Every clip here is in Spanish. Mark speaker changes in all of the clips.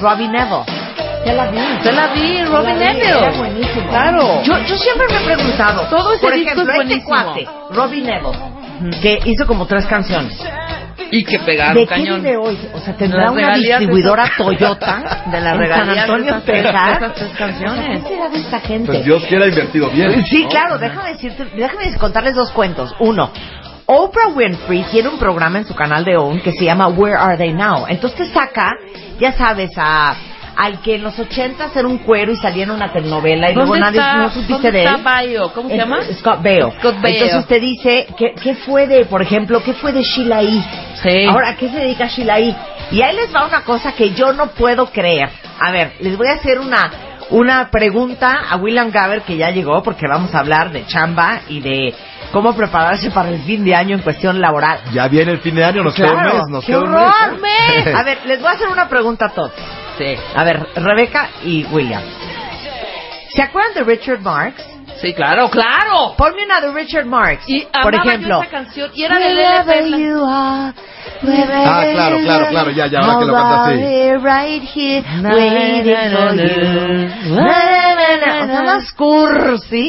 Speaker 1: Robbie Neville.
Speaker 2: Ya la vi.
Speaker 1: Ya la vi, Robbie
Speaker 2: la
Speaker 1: Neville.
Speaker 2: Era buenísimo.
Speaker 1: Claro.
Speaker 2: Yo, yo siempre me he preguntado.
Speaker 1: Todo ese
Speaker 2: por
Speaker 1: disco
Speaker 2: ejemplo,
Speaker 1: es
Speaker 2: este cuate,
Speaker 1: buenísimo.
Speaker 2: Robbie Neville, que hizo como tres canciones.
Speaker 1: Y que pegaron
Speaker 2: ¿De qué
Speaker 1: cañón.
Speaker 2: vive hoy? O sea, tendrá
Speaker 1: Las
Speaker 2: una
Speaker 1: regalías de
Speaker 2: distribuidora
Speaker 1: esas-
Speaker 2: Toyota
Speaker 1: de las
Speaker 2: en San
Speaker 1: regalías
Speaker 2: Antonio,
Speaker 1: de esas-
Speaker 2: Texas.
Speaker 1: de esas tres canciones.
Speaker 2: O sea, ¿Qué será de esta gente?
Speaker 3: Pues Dios quiera invertido bien.
Speaker 2: Sí,
Speaker 3: ¿no?
Speaker 2: claro, déjame decirte, déjame contarles dos cuentos. Uno, Oprah Winfrey tiene un programa en su canal de OWN que se llama Where Are They Now. Entonces saca, ya sabes, a al que en los 80 era un cuero y salía en una telenovela y luego
Speaker 1: ¿Dónde
Speaker 2: nadie
Speaker 1: está,
Speaker 2: no supiste
Speaker 1: ¿dónde
Speaker 2: de él.
Speaker 1: está Bayo? ¿Cómo se
Speaker 2: Es-
Speaker 1: llama?
Speaker 2: Scott Baio.
Speaker 1: Scott Baio.
Speaker 2: Entonces te dice, ¿qué, qué fue de, por ejemplo, qué fue de Sheila E.?
Speaker 1: Sí.
Speaker 2: Ahora, ¿a qué se dedica Sheila E.? Y ahí les va una cosa que yo no puedo creer. A ver, les voy a hacer una, una pregunta a William Gaber, que ya llegó, porque vamos a hablar de chamba y de cómo prepararse para el fin de año en cuestión laboral.
Speaker 3: Ya viene el fin de año, nos queda un
Speaker 2: Claro,
Speaker 3: mes, nos
Speaker 2: ¡Qué
Speaker 3: queda un mes.
Speaker 2: horror!
Speaker 3: ¿eh?
Speaker 2: A ver, les voy a hacer una pregunta a todos.
Speaker 1: Sí.
Speaker 2: A ver, Rebeca y William. ¿Se acuerdan de Richard Marx?
Speaker 1: Sí, claro, claro.
Speaker 2: Ponme una de Richard Marx.
Speaker 1: Y
Speaker 2: por
Speaker 1: amaba
Speaker 2: ejemplo.
Speaker 1: yo esa canción y era del LP. la-
Speaker 3: Ah, claro, claro, claro, ya, ya, ahora que lo cantas así.
Speaker 2: Na, na, na, na. Na, na, na, na. O sea, más cursi.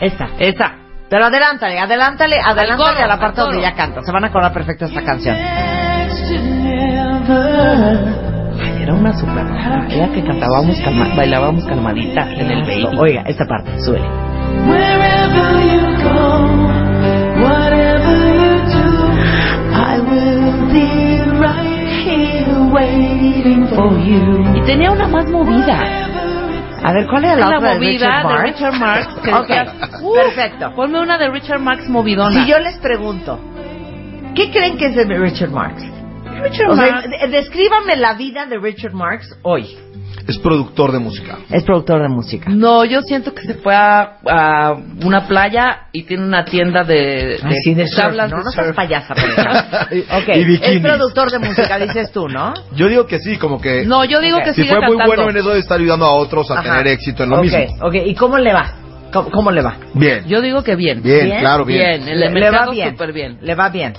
Speaker 2: Esta.
Speaker 1: Esa.
Speaker 2: Pero adelántale, adelántale, adelántale
Speaker 1: coro,
Speaker 2: a la parte
Speaker 1: al
Speaker 2: donde
Speaker 1: coro.
Speaker 2: ya canta. Se van a acordar perfecto esta canción. Ay, era una super Era que cantábamos, calma- bailábamos calmadita en el baby. Oiga, esta parte, suele.
Speaker 1: Y tenía una más movida.
Speaker 2: A ver, ¿cuál era la,
Speaker 1: La
Speaker 2: otra de
Speaker 1: movida
Speaker 2: Richard
Speaker 1: de
Speaker 2: Marx?
Speaker 1: Richard Marx. que
Speaker 2: Ok,
Speaker 1: decías, "Uh,
Speaker 2: perfecto.
Speaker 1: Ponme una de Richard Marx movidona.
Speaker 2: Si yo les pregunto, ¿qué creen que es de Richard Marx?
Speaker 1: Richard
Speaker 2: O sea,
Speaker 1: Marx.
Speaker 2: de- descríbanme la vida de Richard Marx hoy.
Speaker 3: Es productor de música.
Speaker 2: Es productor de música.
Speaker 1: No, yo siento que se fue a, a una playa y tiene una tienda Ah, de, de
Speaker 2: Así de surf. No,
Speaker 1: tablas de
Speaker 2: no
Speaker 1: surf.
Speaker 2: seas payasa, por ejemplo. Ok,
Speaker 3: Y bikinis.
Speaker 2: es productor de música, dices tú, ¿no?
Speaker 3: Yo digo que sí, como que.
Speaker 1: No, yo digo
Speaker 2: Ok.
Speaker 1: que
Speaker 3: si
Speaker 1: sigue
Speaker 3: fue muy
Speaker 1: cantando.
Speaker 3: bueno en eso de estar ayudando a otros a
Speaker 2: Ajá.
Speaker 3: tener éxito en lo
Speaker 2: Ok,
Speaker 3: mismo.
Speaker 2: Ok, ¿y cómo le va? ¿Cómo, cómo le va?
Speaker 3: Bien.
Speaker 1: Yo digo que bien.
Speaker 3: Bien, claro, bien.
Speaker 1: Bien, el
Speaker 2: le, le va
Speaker 1: mercado
Speaker 2: bien.
Speaker 1: súper bien.
Speaker 2: Le va bien.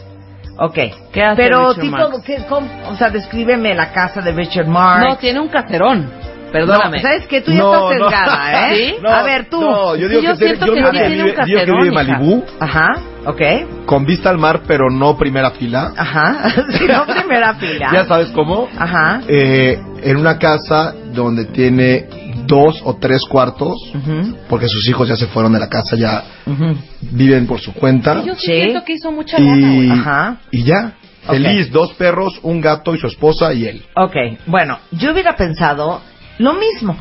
Speaker 2: Ok.
Speaker 1: ¿Qué hace
Speaker 2: Pero,
Speaker 1: Richard
Speaker 2: tipo,
Speaker 1: Marx?
Speaker 2: ¿qué- cómo- o sea, descríbeme la casa de Richard Marx.
Speaker 1: No, tiene un caserón. Perdóname.
Speaker 2: No, ¿Sabes qué? Tú ya
Speaker 3: No,
Speaker 2: estás
Speaker 3: no.
Speaker 2: sesgada, ¿eh?
Speaker 1: ¿Sí?
Speaker 3: No,
Speaker 2: A ver, tú.
Speaker 3: No, yo digo
Speaker 1: Sí, yo
Speaker 3: que, tiene-
Speaker 1: siento
Speaker 3: yo
Speaker 1: que
Speaker 3: digo
Speaker 1: sí
Speaker 3: que
Speaker 1: tiene un
Speaker 3: vive, digo que vive en
Speaker 1: caserón, hija.
Speaker 3: Malibú,
Speaker 2: Ajá, ok.
Speaker 3: con vista al mar, pero no primera fila.
Speaker 2: Ajá. Si no, primera fila.
Speaker 3: Ya sabes cómo.
Speaker 2: Ajá.
Speaker 3: Eh, en una casa donde tiene dos o tres cuartos,
Speaker 2: Ujú,
Speaker 3: porque sus hijos ya se fueron de la casa, ya
Speaker 2: ujú.
Speaker 3: viven por su cuenta.
Speaker 1: Yo sí
Speaker 2: Sí.
Speaker 1: siento que hizo mucha lana,
Speaker 3: Y,
Speaker 1: güey.
Speaker 2: Ajá.
Speaker 3: y ya.
Speaker 2: Ok.
Speaker 3: Feliz, dos perros, un gato y su esposa y él.
Speaker 2: Ok, bueno, yo hubiera pensado lo mismo.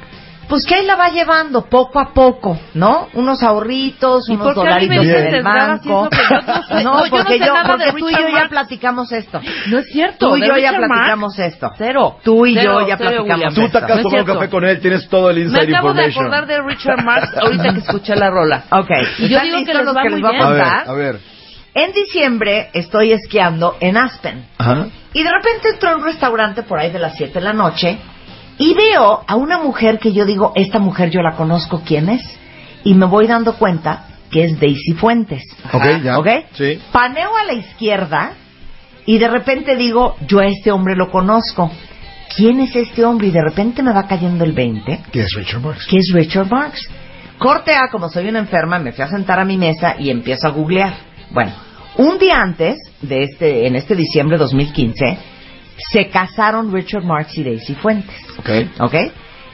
Speaker 2: Pues que ahí la va llevando poco a poco, ¿no? Unos ahorritos,
Speaker 1: ¿Y
Speaker 2: unos
Speaker 1: por qué a mí me
Speaker 2: dolaritos
Speaker 3: dices
Speaker 2: en el
Speaker 1: sesgada si
Speaker 2: banco.
Speaker 1: eso que yo no sé? No, yo no
Speaker 2: porque
Speaker 1: sé
Speaker 2: yo,
Speaker 1: nada de
Speaker 2: porque tú y yo
Speaker 1: Richard
Speaker 2: ya
Speaker 1: Marx.
Speaker 2: platicamos esto.
Speaker 1: No es cierto.
Speaker 2: Tú y
Speaker 1: de
Speaker 2: yo ya
Speaker 1: Richard Marx,
Speaker 2: platicamos esto.
Speaker 1: Cero.
Speaker 2: Tú y
Speaker 1: Cero,
Speaker 2: yo
Speaker 1: cero,
Speaker 2: ya platicamos
Speaker 1: William.
Speaker 3: Tú te
Speaker 2: esto.
Speaker 3: acabas
Speaker 1: No es
Speaker 3: tomado un
Speaker 1: cierto.
Speaker 3: café con él, tienes todo el
Speaker 1: Me
Speaker 3: inside
Speaker 1: acabo de
Speaker 3: information.
Speaker 1: acordar de Richard Marx ahorita que escuché la rola.
Speaker 2: Ok,
Speaker 1: Y yo
Speaker 2: ¿están
Speaker 1: digo que
Speaker 2: listos
Speaker 1: les
Speaker 2: los
Speaker 1: va
Speaker 2: que
Speaker 1: muy
Speaker 2: les voy
Speaker 1: bien.
Speaker 2: a
Speaker 3: A ver,
Speaker 2: contar?
Speaker 3: a ver.
Speaker 2: En diciembre estoy esquiando en Aspen.
Speaker 3: Ajá.
Speaker 2: Y de repente entró a un restaurante por ahí de las 7 de la noche Y veo a una mujer que yo digo, esta mujer yo la conozco, ¿quién es? Y me voy dando cuenta que es Daisy Fuentes.
Speaker 3: Ok, ya.
Speaker 2: ¿Ok?
Speaker 3: Sí.
Speaker 2: Paneo a la izquierda y de repente digo, yo a este hombre lo conozco. ¿Quién es este hombre? Y de repente me va cayendo el 20
Speaker 3: Que es Richard Marx.
Speaker 2: que es Richard Marx. Corte A, como soy una enferma, me fui a sentar a mi mesa y empiezo a googlear. Bueno, un día antes de este, en este diciembre de 2015, se casaron Richard Marx y Daisy Fuentes,
Speaker 3: Ok.
Speaker 2: ¿ok?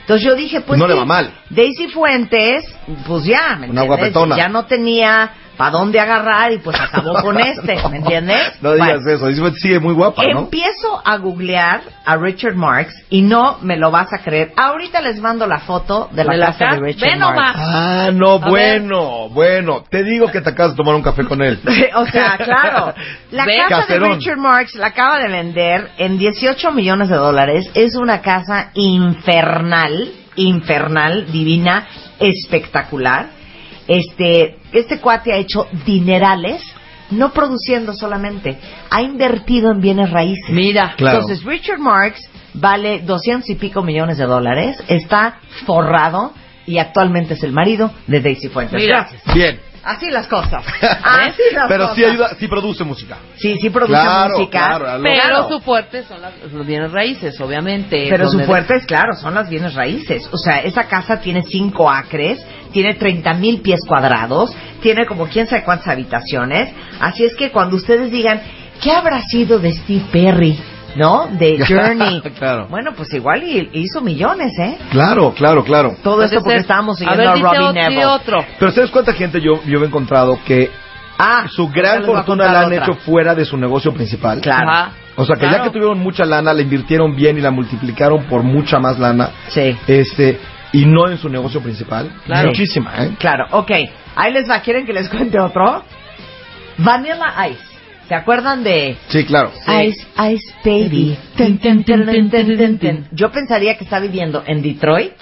Speaker 2: Entonces yo dije, pues
Speaker 3: No le
Speaker 2: sí,
Speaker 3: va mal.
Speaker 2: Daisy Fuentes, pues ya, ¿me
Speaker 3: Una
Speaker 2: entiendes?
Speaker 3: guapetona.
Speaker 2: Ya no tenía para dónde agarrar y pues acabó con este, ¿me entiendes?
Speaker 3: No digas
Speaker 2: Bueno,
Speaker 3: eso. Dice, sigue muy guapa, ¿no?
Speaker 2: Empiezo a googlear a Richard Marx y no me lo vas a creer. Ahorita les mando la foto de la,
Speaker 1: ¿De la
Speaker 2: casa
Speaker 1: ca-
Speaker 2: de Richard
Speaker 1: Ve
Speaker 2: Marx.
Speaker 1: nomás.
Speaker 3: Ah, no,
Speaker 1: ver.
Speaker 3: bueno, bueno. Te digo que te acabas de tomar un café con él.
Speaker 2: o sea, claro. La
Speaker 3: Ve.
Speaker 2: casa de
Speaker 3: Caserón.
Speaker 2: Richard Marx la acaba de vender en 18 millones de dólares. Es una casa infernal, infernal, divina, espectacular. Este, este cuate ha hecho dinerales, no produciendo solamente, ha invertido en bienes raíces.
Speaker 1: Mira.
Speaker 3: Claro.
Speaker 2: Entonces, Richard Marx vale 200 y pico millones de dólares, está forrado y actualmente es el marido de Daisy Fuentes.
Speaker 1: Mira.
Speaker 2: Gracias.
Speaker 3: Bien.
Speaker 2: Así las cosas.
Speaker 1: Ah,
Speaker 2: Así las
Speaker 3: Pero
Speaker 2: cosas.
Speaker 3: sí ayuda, sí produce música.
Speaker 2: Sí, sí produce
Speaker 3: Claro,
Speaker 2: música.
Speaker 3: claro, a lo-
Speaker 1: Pero
Speaker 2: claro.
Speaker 1: su fuerte son las, los bienes raíces, obviamente.
Speaker 2: Pero su
Speaker 1: donde-
Speaker 2: fuerte es, claro, son las bienes raíces. O sea, esa casa tiene cinco acres, tiene 30 mil pies cuadrados, tiene como quién sabe cuántas habitaciones. Así es que cuando ustedes digan, ¿qué habrá sido de Steve Perry? ¿No? De Journey.
Speaker 3: Claro.
Speaker 2: Bueno, pues igual y- hizo millones, ¿eh?
Speaker 3: Claro, claro, claro.
Speaker 2: Todo esto
Speaker 1: Entonces,
Speaker 2: porque estábamos siguiendo a,
Speaker 1: ver, dice
Speaker 2: Robbie
Speaker 1: o- di
Speaker 2: Neville.
Speaker 1: otro.
Speaker 3: Pero ¿sabes cuánta gente yo, yo he encontrado que
Speaker 2: Ah,
Speaker 3: su
Speaker 2: ahora
Speaker 3: gran
Speaker 2: les voy a
Speaker 3: fortuna
Speaker 2: contar
Speaker 3: la han
Speaker 2: otra.
Speaker 3: hecho fuera de su negocio principal?
Speaker 2: Claro.
Speaker 1: Ajá.
Speaker 3: O sea, que ya
Speaker 1: Claro.
Speaker 3: que tuvieron mucha lana, la invirtieron bien y la multiplicaron por mucha más lana.
Speaker 2: Sí.
Speaker 3: Este, y no en su negocio principal.
Speaker 1: Claro.
Speaker 3: Muchísima, ¿eh?
Speaker 2: Claro, ok. Ahí les va. ¿Quieren que les cuente otro? Vanilla Ice. ¿Se acuerdan de
Speaker 3: Sí, claro.
Speaker 2: Ice Ice Baby? Ten, ten, ten, ten, ten, ten, ten. Yo pensaría que está viviendo en Detroit.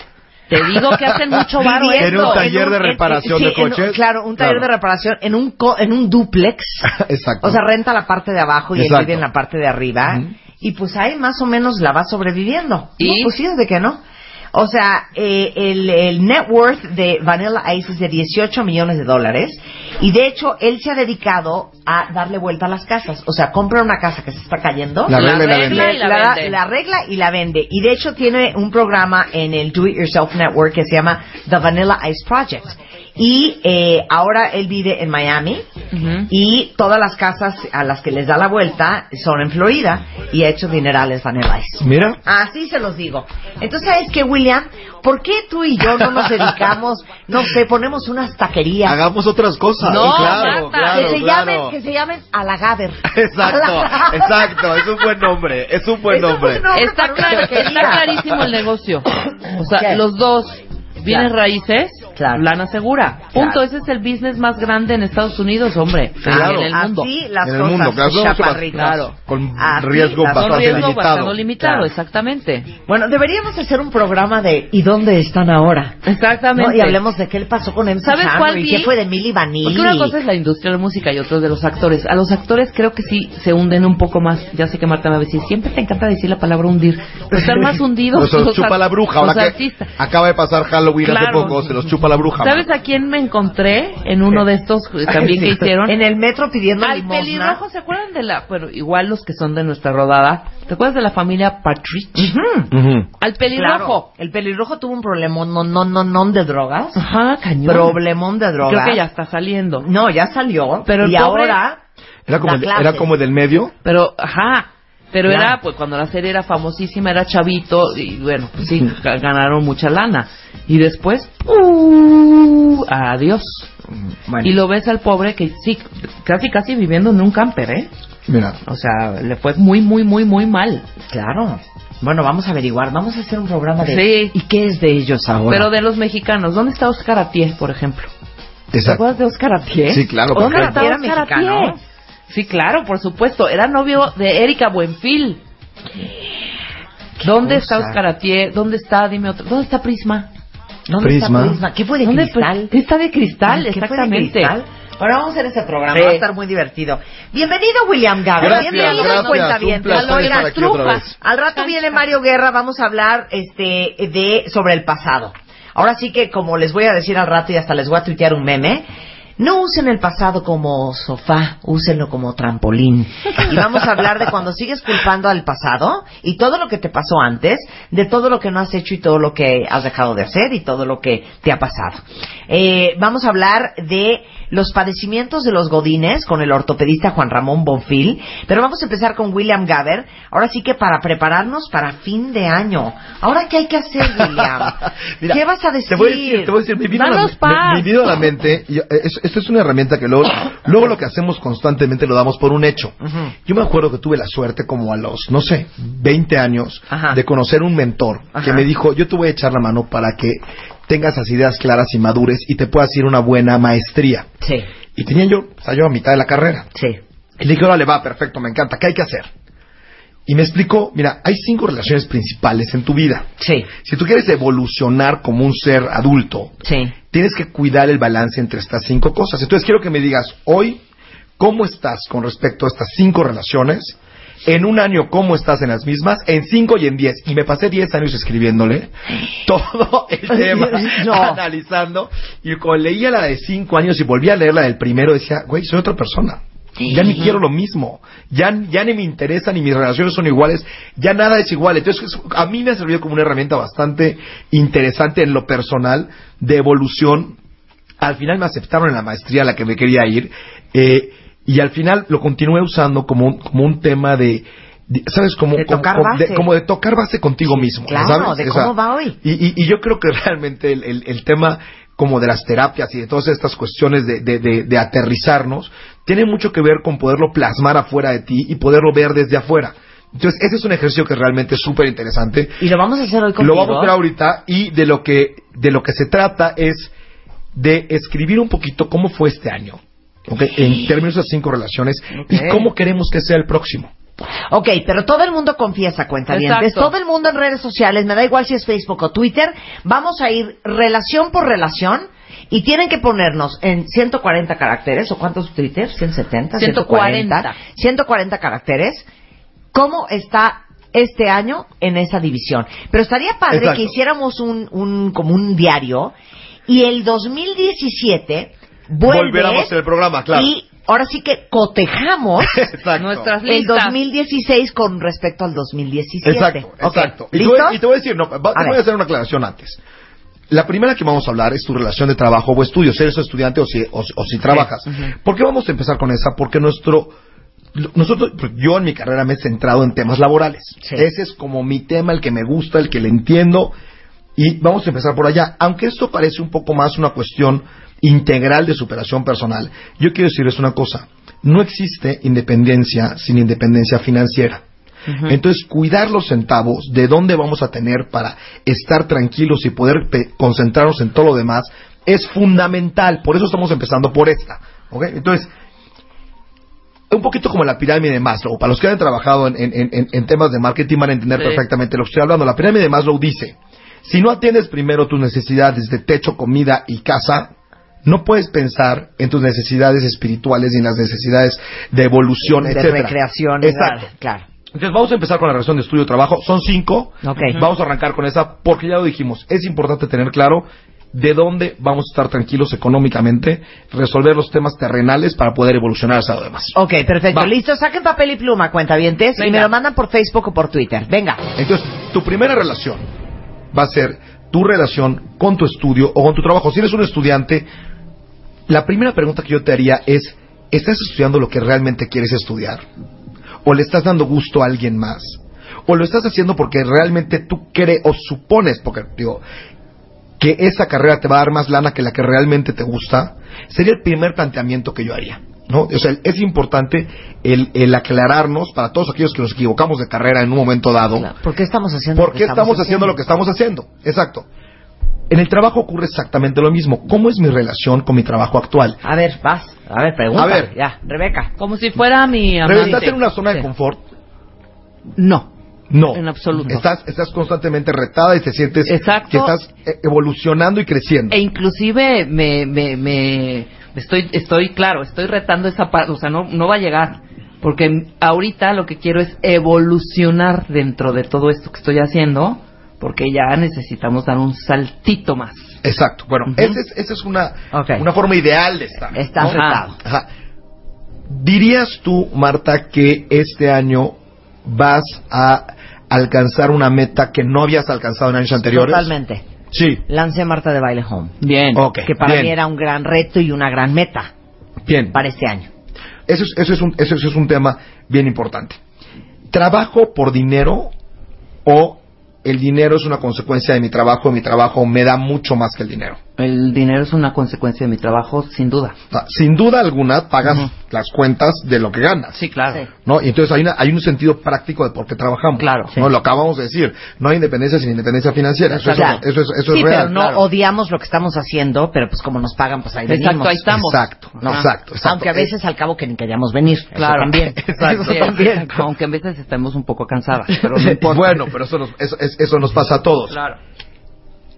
Speaker 1: Te digo que hacen mucho barro
Speaker 2: viviendo
Speaker 3: En un
Speaker 1: esto.
Speaker 3: taller de
Speaker 2: en-
Speaker 3: reparación
Speaker 2: sí,
Speaker 3: de
Speaker 2: en un-
Speaker 3: coches.
Speaker 2: claro, un taller
Speaker 3: Claro.
Speaker 2: de reparación en un co- en un duplex.
Speaker 3: Exacto.
Speaker 2: O sea, renta la parte de abajo y él
Speaker 3: Exacto.
Speaker 2: vive en la parte de arriba.
Speaker 3: Ujú.
Speaker 2: Y pues ahí más o menos la va sobreviviendo.
Speaker 1: ¿Y?
Speaker 2: No, pues sí, de que no. O sea, eh, el, el net worth de Vanilla Ice es de 18 millones de dólares. Y de hecho, él se ha dedicado a darle vuelta a las casas. O sea, compra una casa que se está cayendo.
Speaker 3: La vende, la
Speaker 1: arregla
Speaker 3: vende.
Speaker 1: y la
Speaker 2: la-
Speaker 1: vende.
Speaker 2: la arregla y la vende. Y de hecho tiene un programa en el Do It Yourself Network que se llama The Vanilla Ice Project. Y eh, ahora él vive en Miami
Speaker 1: Ujú.
Speaker 2: y todas las casas a las que les da la vuelta son en Florida y ha hecho dinerales Vanilla Ice.
Speaker 3: Mira.
Speaker 2: Así se los digo. Entonces, ¿sabes qué, William? ¿Por qué tú y yo no nos dedicamos, no sé, ponemos unas taquerías?
Speaker 3: Hagamos otras cosas.
Speaker 1: No,
Speaker 3: claro,
Speaker 1: basta.
Speaker 3: claro,
Speaker 2: que, se
Speaker 3: claro.
Speaker 2: llamen, que se llamen Alagaber.
Speaker 3: Exacto, exacto. Es un buen nombre. Es un buen
Speaker 2: Es un
Speaker 3: nombre.
Speaker 2: buen nombre.
Speaker 1: Está, claro, está clarísimo el negocio. O sea,
Speaker 2: ¿Qué?
Speaker 1: los dos. Bienes
Speaker 2: Claro.
Speaker 1: raíces,
Speaker 2: Claro.
Speaker 1: lana segura. Punto.
Speaker 2: Claro.
Speaker 1: Ese es el business más grande en Estados Unidos, hombre.
Speaker 3: Claro.
Speaker 1: Y Ah, en el mundo.
Speaker 2: Así las
Speaker 3: En el
Speaker 2: cosas,
Speaker 3: mundo, claro, son mucho más-
Speaker 2: chaparritos.
Speaker 1: claro.
Speaker 3: Con
Speaker 2: Así
Speaker 3: riesgo
Speaker 2: las-
Speaker 1: Con
Speaker 3: bastante
Speaker 1: riesgo
Speaker 3: limitado.
Speaker 1: bastante limitado,
Speaker 2: Claro.
Speaker 1: exactamente.
Speaker 2: Bueno, deberíamos hacer un programa de ¿y dónde están ahora? ¿No?
Speaker 1: Exactamente.
Speaker 2: Y hablemos de qué le pasó con MC
Speaker 1: ¿Sabes
Speaker 2: Hammer
Speaker 1: cuál
Speaker 2: y
Speaker 1: vi?
Speaker 2: qué fue de Milly Vanilli.
Speaker 1: Porque una cosa es la industria de la música y otra es de los actores. A los actores creo que sí se hunden un poco más. Ya sé que Marta me va a decir, siempre te encanta decir la palabra hundir. Pero están más hundidos
Speaker 3: Se
Speaker 1: los
Speaker 3: los Pues, chupa
Speaker 1: ar-
Speaker 3: la bruja.
Speaker 1: los
Speaker 3: Ahora Ah, que
Speaker 1: artistas.
Speaker 3: acaba de pasar Halloween hace
Speaker 1: Claro.
Speaker 3: poco, se los chupa la bruja.
Speaker 1: ¿Sabes a quién me encontré en uno de estos eh, también que hicieron?
Speaker 2: En el metro pidiendo
Speaker 1: Al
Speaker 2: limosna.
Speaker 1: pelirrojo, ¿se acuerdan de la...? Bueno, igual los que son de nuestra rodada. ¿Te acuerdas de la familia Patrick?
Speaker 2: Ujú,
Speaker 3: Ujú.
Speaker 1: Al
Speaker 2: Claro.
Speaker 1: pelirrojo.
Speaker 2: El pelirrojo tuvo un problemón no no no no de drogas.
Speaker 1: Ajá, cañón.
Speaker 2: Problemón de drogas.
Speaker 1: Creo que ya está saliendo.
Speaker 2: No, ya salió.
Speaker 1: Pero el
Speaker 2: y
Speaker 1: pobre-
Speaker 2: ahora
Speaker 3: Era como,
Speaker 2: Da
Speaker 3: el,
Speaker 2: clases.
Speaker 3: era como el del medio.
Speaker 1: Pero, ajá. Pero
Speaker 2: Claro.
Speaker 1: era, pues, cuando la serie era famosísima, era chavito, y bueno, pues sí, ga- ganaron mucha lana. Y después, ¡uh! adiós.
Speaker 2: bueno,
Speaker 1: Y lo ves al pobre que sí, casi, casi viviendo en un camper, ¿eh?
Speaker 3: Mira.
Speaker 1: O sea, le fue muy, muy, muy, muy mal.
Speaker 2: claro. Bueno, vamos a averiguar, vamos a hacer un programa de
Speaker 1: Sí.
Speaker 2: ¿Y qué es de ellos ahora?
Speaker 1: Pero de los mexicanos, ¿dónde está Oscar Atié, por ejemplo? ¿Te
Speaker 3: Exacto.
Speaker 1: acuerdas de Oscar Atié?
Speaker 3: Sí, claro, por
Speaker 1: Oscar
Speaker 2: supuesto.
Speaker 1: Atié era
Speaker 2: Era mexicano.
Speaker 1: mexicano. Sí, claro, por supuesto. Era novio de Erika Buenfil. ¿Dónde está
Speaker 2: cosa.
Speaker 1: Oscar Atié? ¿Dónde está, dime otro? ¿Dónde está Prisma?
Speaker 2: ¿Dónde está
Speaker 3: Prisma.
Speaker 2: Prisma? ¿Qué fue de
Speaker 1: ¿Dónde
Speaker 2: cristal?
Speaker 1: Pri- Está de cristal,
Speaker 2: ¿Qué fue de
Speaker 1: exactamente.
Speaker 2: Cristal? Bueno, vamos a hacer este programa,
Speaker 1: Sí.
Speaker 2: va a estar muy divertido. Bienvenido, William Gabriel.
Speaker 3: Gracias,
Speaker 2: Bienvenido,
Speaker 3: gracias,
Speaker 2: cuenta
Speaker 3: un placer estar aquí otra vez.
Speaker 2: Al rato viene Mario Guerra, vamos a hablar este de sobre el pasado. Ahora sí que como les voy a decir al rato y hasta les voy a tuitear un meme, no usen el pasado como sofá, úsenlo como trampolín. Y vamos a hablar de cuando sigues culpando al pasado y todo lo que te pasó antes, de todo lo que no has hecho y todo lo que has dejado de hacer y todo lo que te ha pasado. Eh, vamos a hablar de los padecimientos de los godines con el ortopedista Juan Ramón Bonfil, pero vamos a empezar con William Gaber. Ahora sí que para prepararnos para fin de año. Ahora qué hay que hacer, William?
Speaker 3: Mira,
Speaker 2: ¿Qué vas a decir?
Speaker 3: Te voy a decir, te voy a decir, me vino, a la,
Speaker 1: Danos
Speaker 3: me-
Speaker 1: paz.
Speaker 3: me vino a la mente, y, eh, es- esto es una herramienta que luego, luego lo que hacemos constantemente lo damos por un hecho.
Speaker 2: Ujú.
Speaker 3: Yo me acuerdo que tuve la suerte como a los, no sé, 20 años
Speaker 2: Ajá.
Speaker 3: de conocer un mentor
Speaker 2: Ajá.
Speaker 3: que me dijo, yo te voy a echar la mano para que tengas las ideas claras y madures y te puedas ir a una buena maestría.
Speaker 2: Sí,
Speaker 3: Y tenía yo, o sea, yo a mitad de la carrera.
Speaker 2: sí.
Speaker 3: Y le dije, órale, va, perfecto, me encanta, ¿qué hay que hacer? Y me explicó, mira, hay cinco relaciones principales en tu vida.
Speaker 2: Sí,
Speaker 3: Si tú quieres evolucionar como un ser adulto,
Speaker 2: sí,
Speaker 3: tienes que cuidar el balance entre estas cinco cosas. Entonces quiero que me digas hoy cómo estás con respecto a estas cinco relaciones, en un año cómo estás en las mismas, en cinco y en diez. Y me pasé diez años escribiéndole todo el tema,
Speaker 2: No.
Speaker 3: analizando. Y cuando leía la de cinco años y volví a leer la del primero, decía, güey, soy otra persona. Ya ni quiero lo mismo. Ya, ya ni me interesa, ni mis relaciones son iguales. Ya nada es igual. Entonces, es- a mí me ha servido como una herramienta bastante interesante en lo personal de evolución. Al final me aceptaron en la maestría a la que me quería ir. eh, y al final lo continué usando como un, como un tema de. de- ¿Sabes? Como
Speaker 2: De
Speaker 3: como-
Speaker 2: tocar
Speaker 3: como de-
Speaker 2: base.
Speaker 3: como de tocar base contigo mismo.
Speaker 2: claro,
Speaker 3: ¿sabes?
Speaker 2: de
Speaker 3: O sea,
Speaker 2: cómo va hoy.
Speaker 3: y, y- y yo creo que realmente el, el- el tema como de las terapias y de todas estas cuestiones de, de- de- de aterrizarnos tiene mucho que ver con poderlo plasmar afuera de ti y poderlo ver desde afuera. Entonces, ese es un ejercicio que realmente es súper interesante.
Speaker 2: Y lo vamos a hacer hoy
Speaker 3: Lo
Speaker 2: contigo.
Speaker 3: vamos a ver ahorita y de lo que de lo que se trata es de escribir un poquito cómo fue este año. ¿ok? En términos de cinco relaciones
Speaker 2: Ok.
Speaker 3: y cómo queremos que sea el próximo.
Speaker 2: Ok, pero todo el mundo confiesa, cuenta dientes.
Speaker 1: Exacto.
Speaker 2: Todo el mundo en redes sociales, me da igual si es Facebook o Twitter. Vamos a ir relación por relación y tienen que ponernos en 140 caracteres, ¿o cuántos Twitter? 170, 140.
Speaker 1: 140.
Speaker 2: 140 caracteres. ¿Cómo está este año en esa división? Pero estaría padre
Speaker 3: Exacto.
Speaker 2: que hiciéramos un, un, como un diario y el 2017 vuelve
Speaker 3: Volviéramos el programa, claro.
Speaker 2: y ahora sí que cotejamos
Speaker 3: Exacto.
Speaker 1: Nuestras
Speaker 2: el
Speaker 1: listas.
Speaker 2: 2016 con respecto al 2017.
Speaker 3: Exacto,
Speaker 2: Ok,
Speaker 3: exacto. Y te,
Speaker 2: ¿Listo?
Speaker 3: voy, y te voy a decir, no, va-
Speaker 2: A
Speaker 3: te voy
Speaker 2: ver.
Speaker 3: a hacer una aclaración antes. La primera que vamos a hablar es tu relación de trabajo o estudio, si eres estudiante o si, o, o si trabajas. ¿Por qué vamos a empezar con esa? Porque nuestro, lo- nosotros, pues, yo en mi carrera me he centrado en temas laborales.
Speaker 2: Sí.
Speaker 3: Ese es como mi tema, el que me gusta, el que le entiendo. Y vamos a empezar por allá. Aunque esto parece un poco más una cuestión integral de superación personal, yo quiero decirles una cosa. No existe independencia sin independencia financiera. Entonces, cuidar los centavos, de dónde vamos a tener para estar tranquilos y poder pe- concentrarnos en todo lo demás, es fundamental. Por eso estamos empezando por esta. ¿ok? Entonces, un poquito como la pirámide de Maslow. Para los que han trabajado en, en- en- en temas de marketing van a entender
Speaker 1: Sí.
Speaker 3: perfectamente lo que estoy hablando. La pirámide de Maslow dice, si no atiendes primero tus necesidades de techo, comida y casa, no puedes pensar en tus necesidades espirituales y en las necesidades de evolución,
Speaker 2: de
Speaker 3: etcétera.
Speaker 2: recreación.
Speaker 3: Exacto.
Speaker 2: claro, Claro.
Speaker 3: Entonces vamos a empezar con la relación de estudio-trabajo. Son cinco.
Speaker 2: Ok.
Speaker 3: Vamos a arrancar con esa porque ya lo dijimos. Es importante tener claro de dónde vamos a estar tranquilos económicamente, resolver los temas terrenales para poder evolucionar hacia lo demás.
Speaker 2: Ok, perfecto.
Speaker 3: Va.
Speaker 2: Listo, saquen papel y pluma, cuentavientes, y
Speaker 1: Venga.
Speaker 2: me lo mandan por Facebook o por Twitter. Venga.
Speaker 3: Entonces, tu primera relación va a ser tu relación con tu estudio o con tu trabajo. Si eres un estudiante, la primera pregunta que yo te haría es, ¿estás estudiando lo que realmente quieres estudiar? ¿O le estás dando gusto a alguien más? ¿O lo estás haciendo porque realmente tú crees o supones, porque digo, que esa carrera te va a dar más lana que la que realmente te gusta, sería el primer planteamiento que yo haría. ¿no? O sea, es importante el, el aclararnos para todos aquellos que nos equivocamos de carrera en un momento dado.
Speaker 2: ¿Por qué estamos haciendo
Speaker 3: ¿Por qué estamos haciendo lo que estamos haciendo? Exacto. En el trabajo ocurre exactamente lo mismo. ¿Cómo es mi relación con mi trabajo actual?
Speaker 2: A ver, vas. A ver, pregunta.
Speaker 3: A ver.
Speaker 2: Ya, Rebeca.
Speaker 1: Como si fuera mi amante.
Speaker 3: ¿Pero estás en una zona de
Speaker 1: Sí.
Speaker 3: confort?
Speaker 1: No.
Speaker 3: No.
Speaker 1: En absoluto.
Speaker 3: Estás, estás constantemente retada y te sientes
Speaker 1: Exacto.
Speaker 3: que estás eh, evolucionando y creciendo.
Speaker 1: E inclusive E me, me, me, Estoy, estoy claro, estoy retando esa parte, o sea, no, no va a llegar. Porque ahorita lo que quiero es evolucionar dentro de todo esto que estoy haciendo, porque ya necesitamos dar un saltito más.
Speaker 3: Exacto. Bueno,
Speaker 1: Ujú.
Speaker 3: esa es, esa es una,
Speaker 2: Ok.
Speaker 3: una forma ideal de estar.
Speaker 2: Está
Speaker 3: ¿no?
Speaker 2: afectado.
Speaker 3: Ajá. ¿Dirías tú, Marta, que este año vas a alcanzar una meta que no habías alcanzado en años anteriores?
Speaker 2: Totalmente.
Speaker 3: Sí.
Speaker 2: Lancé a Marta de Baile Home.
Speaker 1: Bien.
Speaker 3: Ok.
Speaker 2: Que para
Speaker 3: bien.
Speaker 2: mí era un gran reto y una gran meta
Speaker 3: Bien.
Speaker 2: para este año.
Speaker 3: Eso es, eso es un, eso, eso es un tema bien importante. ¿Trabajo por dinero o el dinero es una consecuencia de mi trabajo? Mi trabajo me da mucho más que el dinero.
Speaker 1: El dinero es una consecuencia de mi trabajo, sin duda.
Speaker 3: O sea, sin duda alguna pagas
Speaker 1: Ujú.
Speaker 3: las cuentas de lo que ganas.
Speaker 1: Sí, claro.
Speaker 2: Sí.
Speaker 3: ¿no? Y entonces hay, una- hay un sentido práctico de por qué trabajamos.
Speaker 1: Claro.
Speaker 3: ¿no?
Speaker 1: Sí.
Speaker 3: Lo acabamos de decir. No hay independencia sin independencia financiera. Eso, es-
Speaker 2: Claro.
Speaker 3: eso es, eso es
Speaker 2: sí,
Speaker 3: real.
Speaker 2: pero no
Speaker 3: Claro.
Speaker 2: odiamos lo que estamos haciendo, pero pues como nos pagan, pues ahí
Speaker 1: Exacto,
Speaker 2: venimos.
Speaker 1: ahí está. estamos.
Speaker 3: Exacto, no,
Speaker 2: Ajá.
Speaker 3: exacto, exacto.
Speaker 2: Aunque a veces al cabo que ni queríamos venir. eso
Speaker 1: Claro.
Speaker 2: también.
Speaker 3: Exacto.
Speaker 1: Sí,
Speaker 3: También.
Speaker 1: Aunque en veces estemos un poco cansadas, pero no
Speaker 3: Eh,
Speaker 1: importa.
Speaker 3: bueno, pero eso nos, eso, es- eso nos pasa a todos.
Speaker 1: Claro.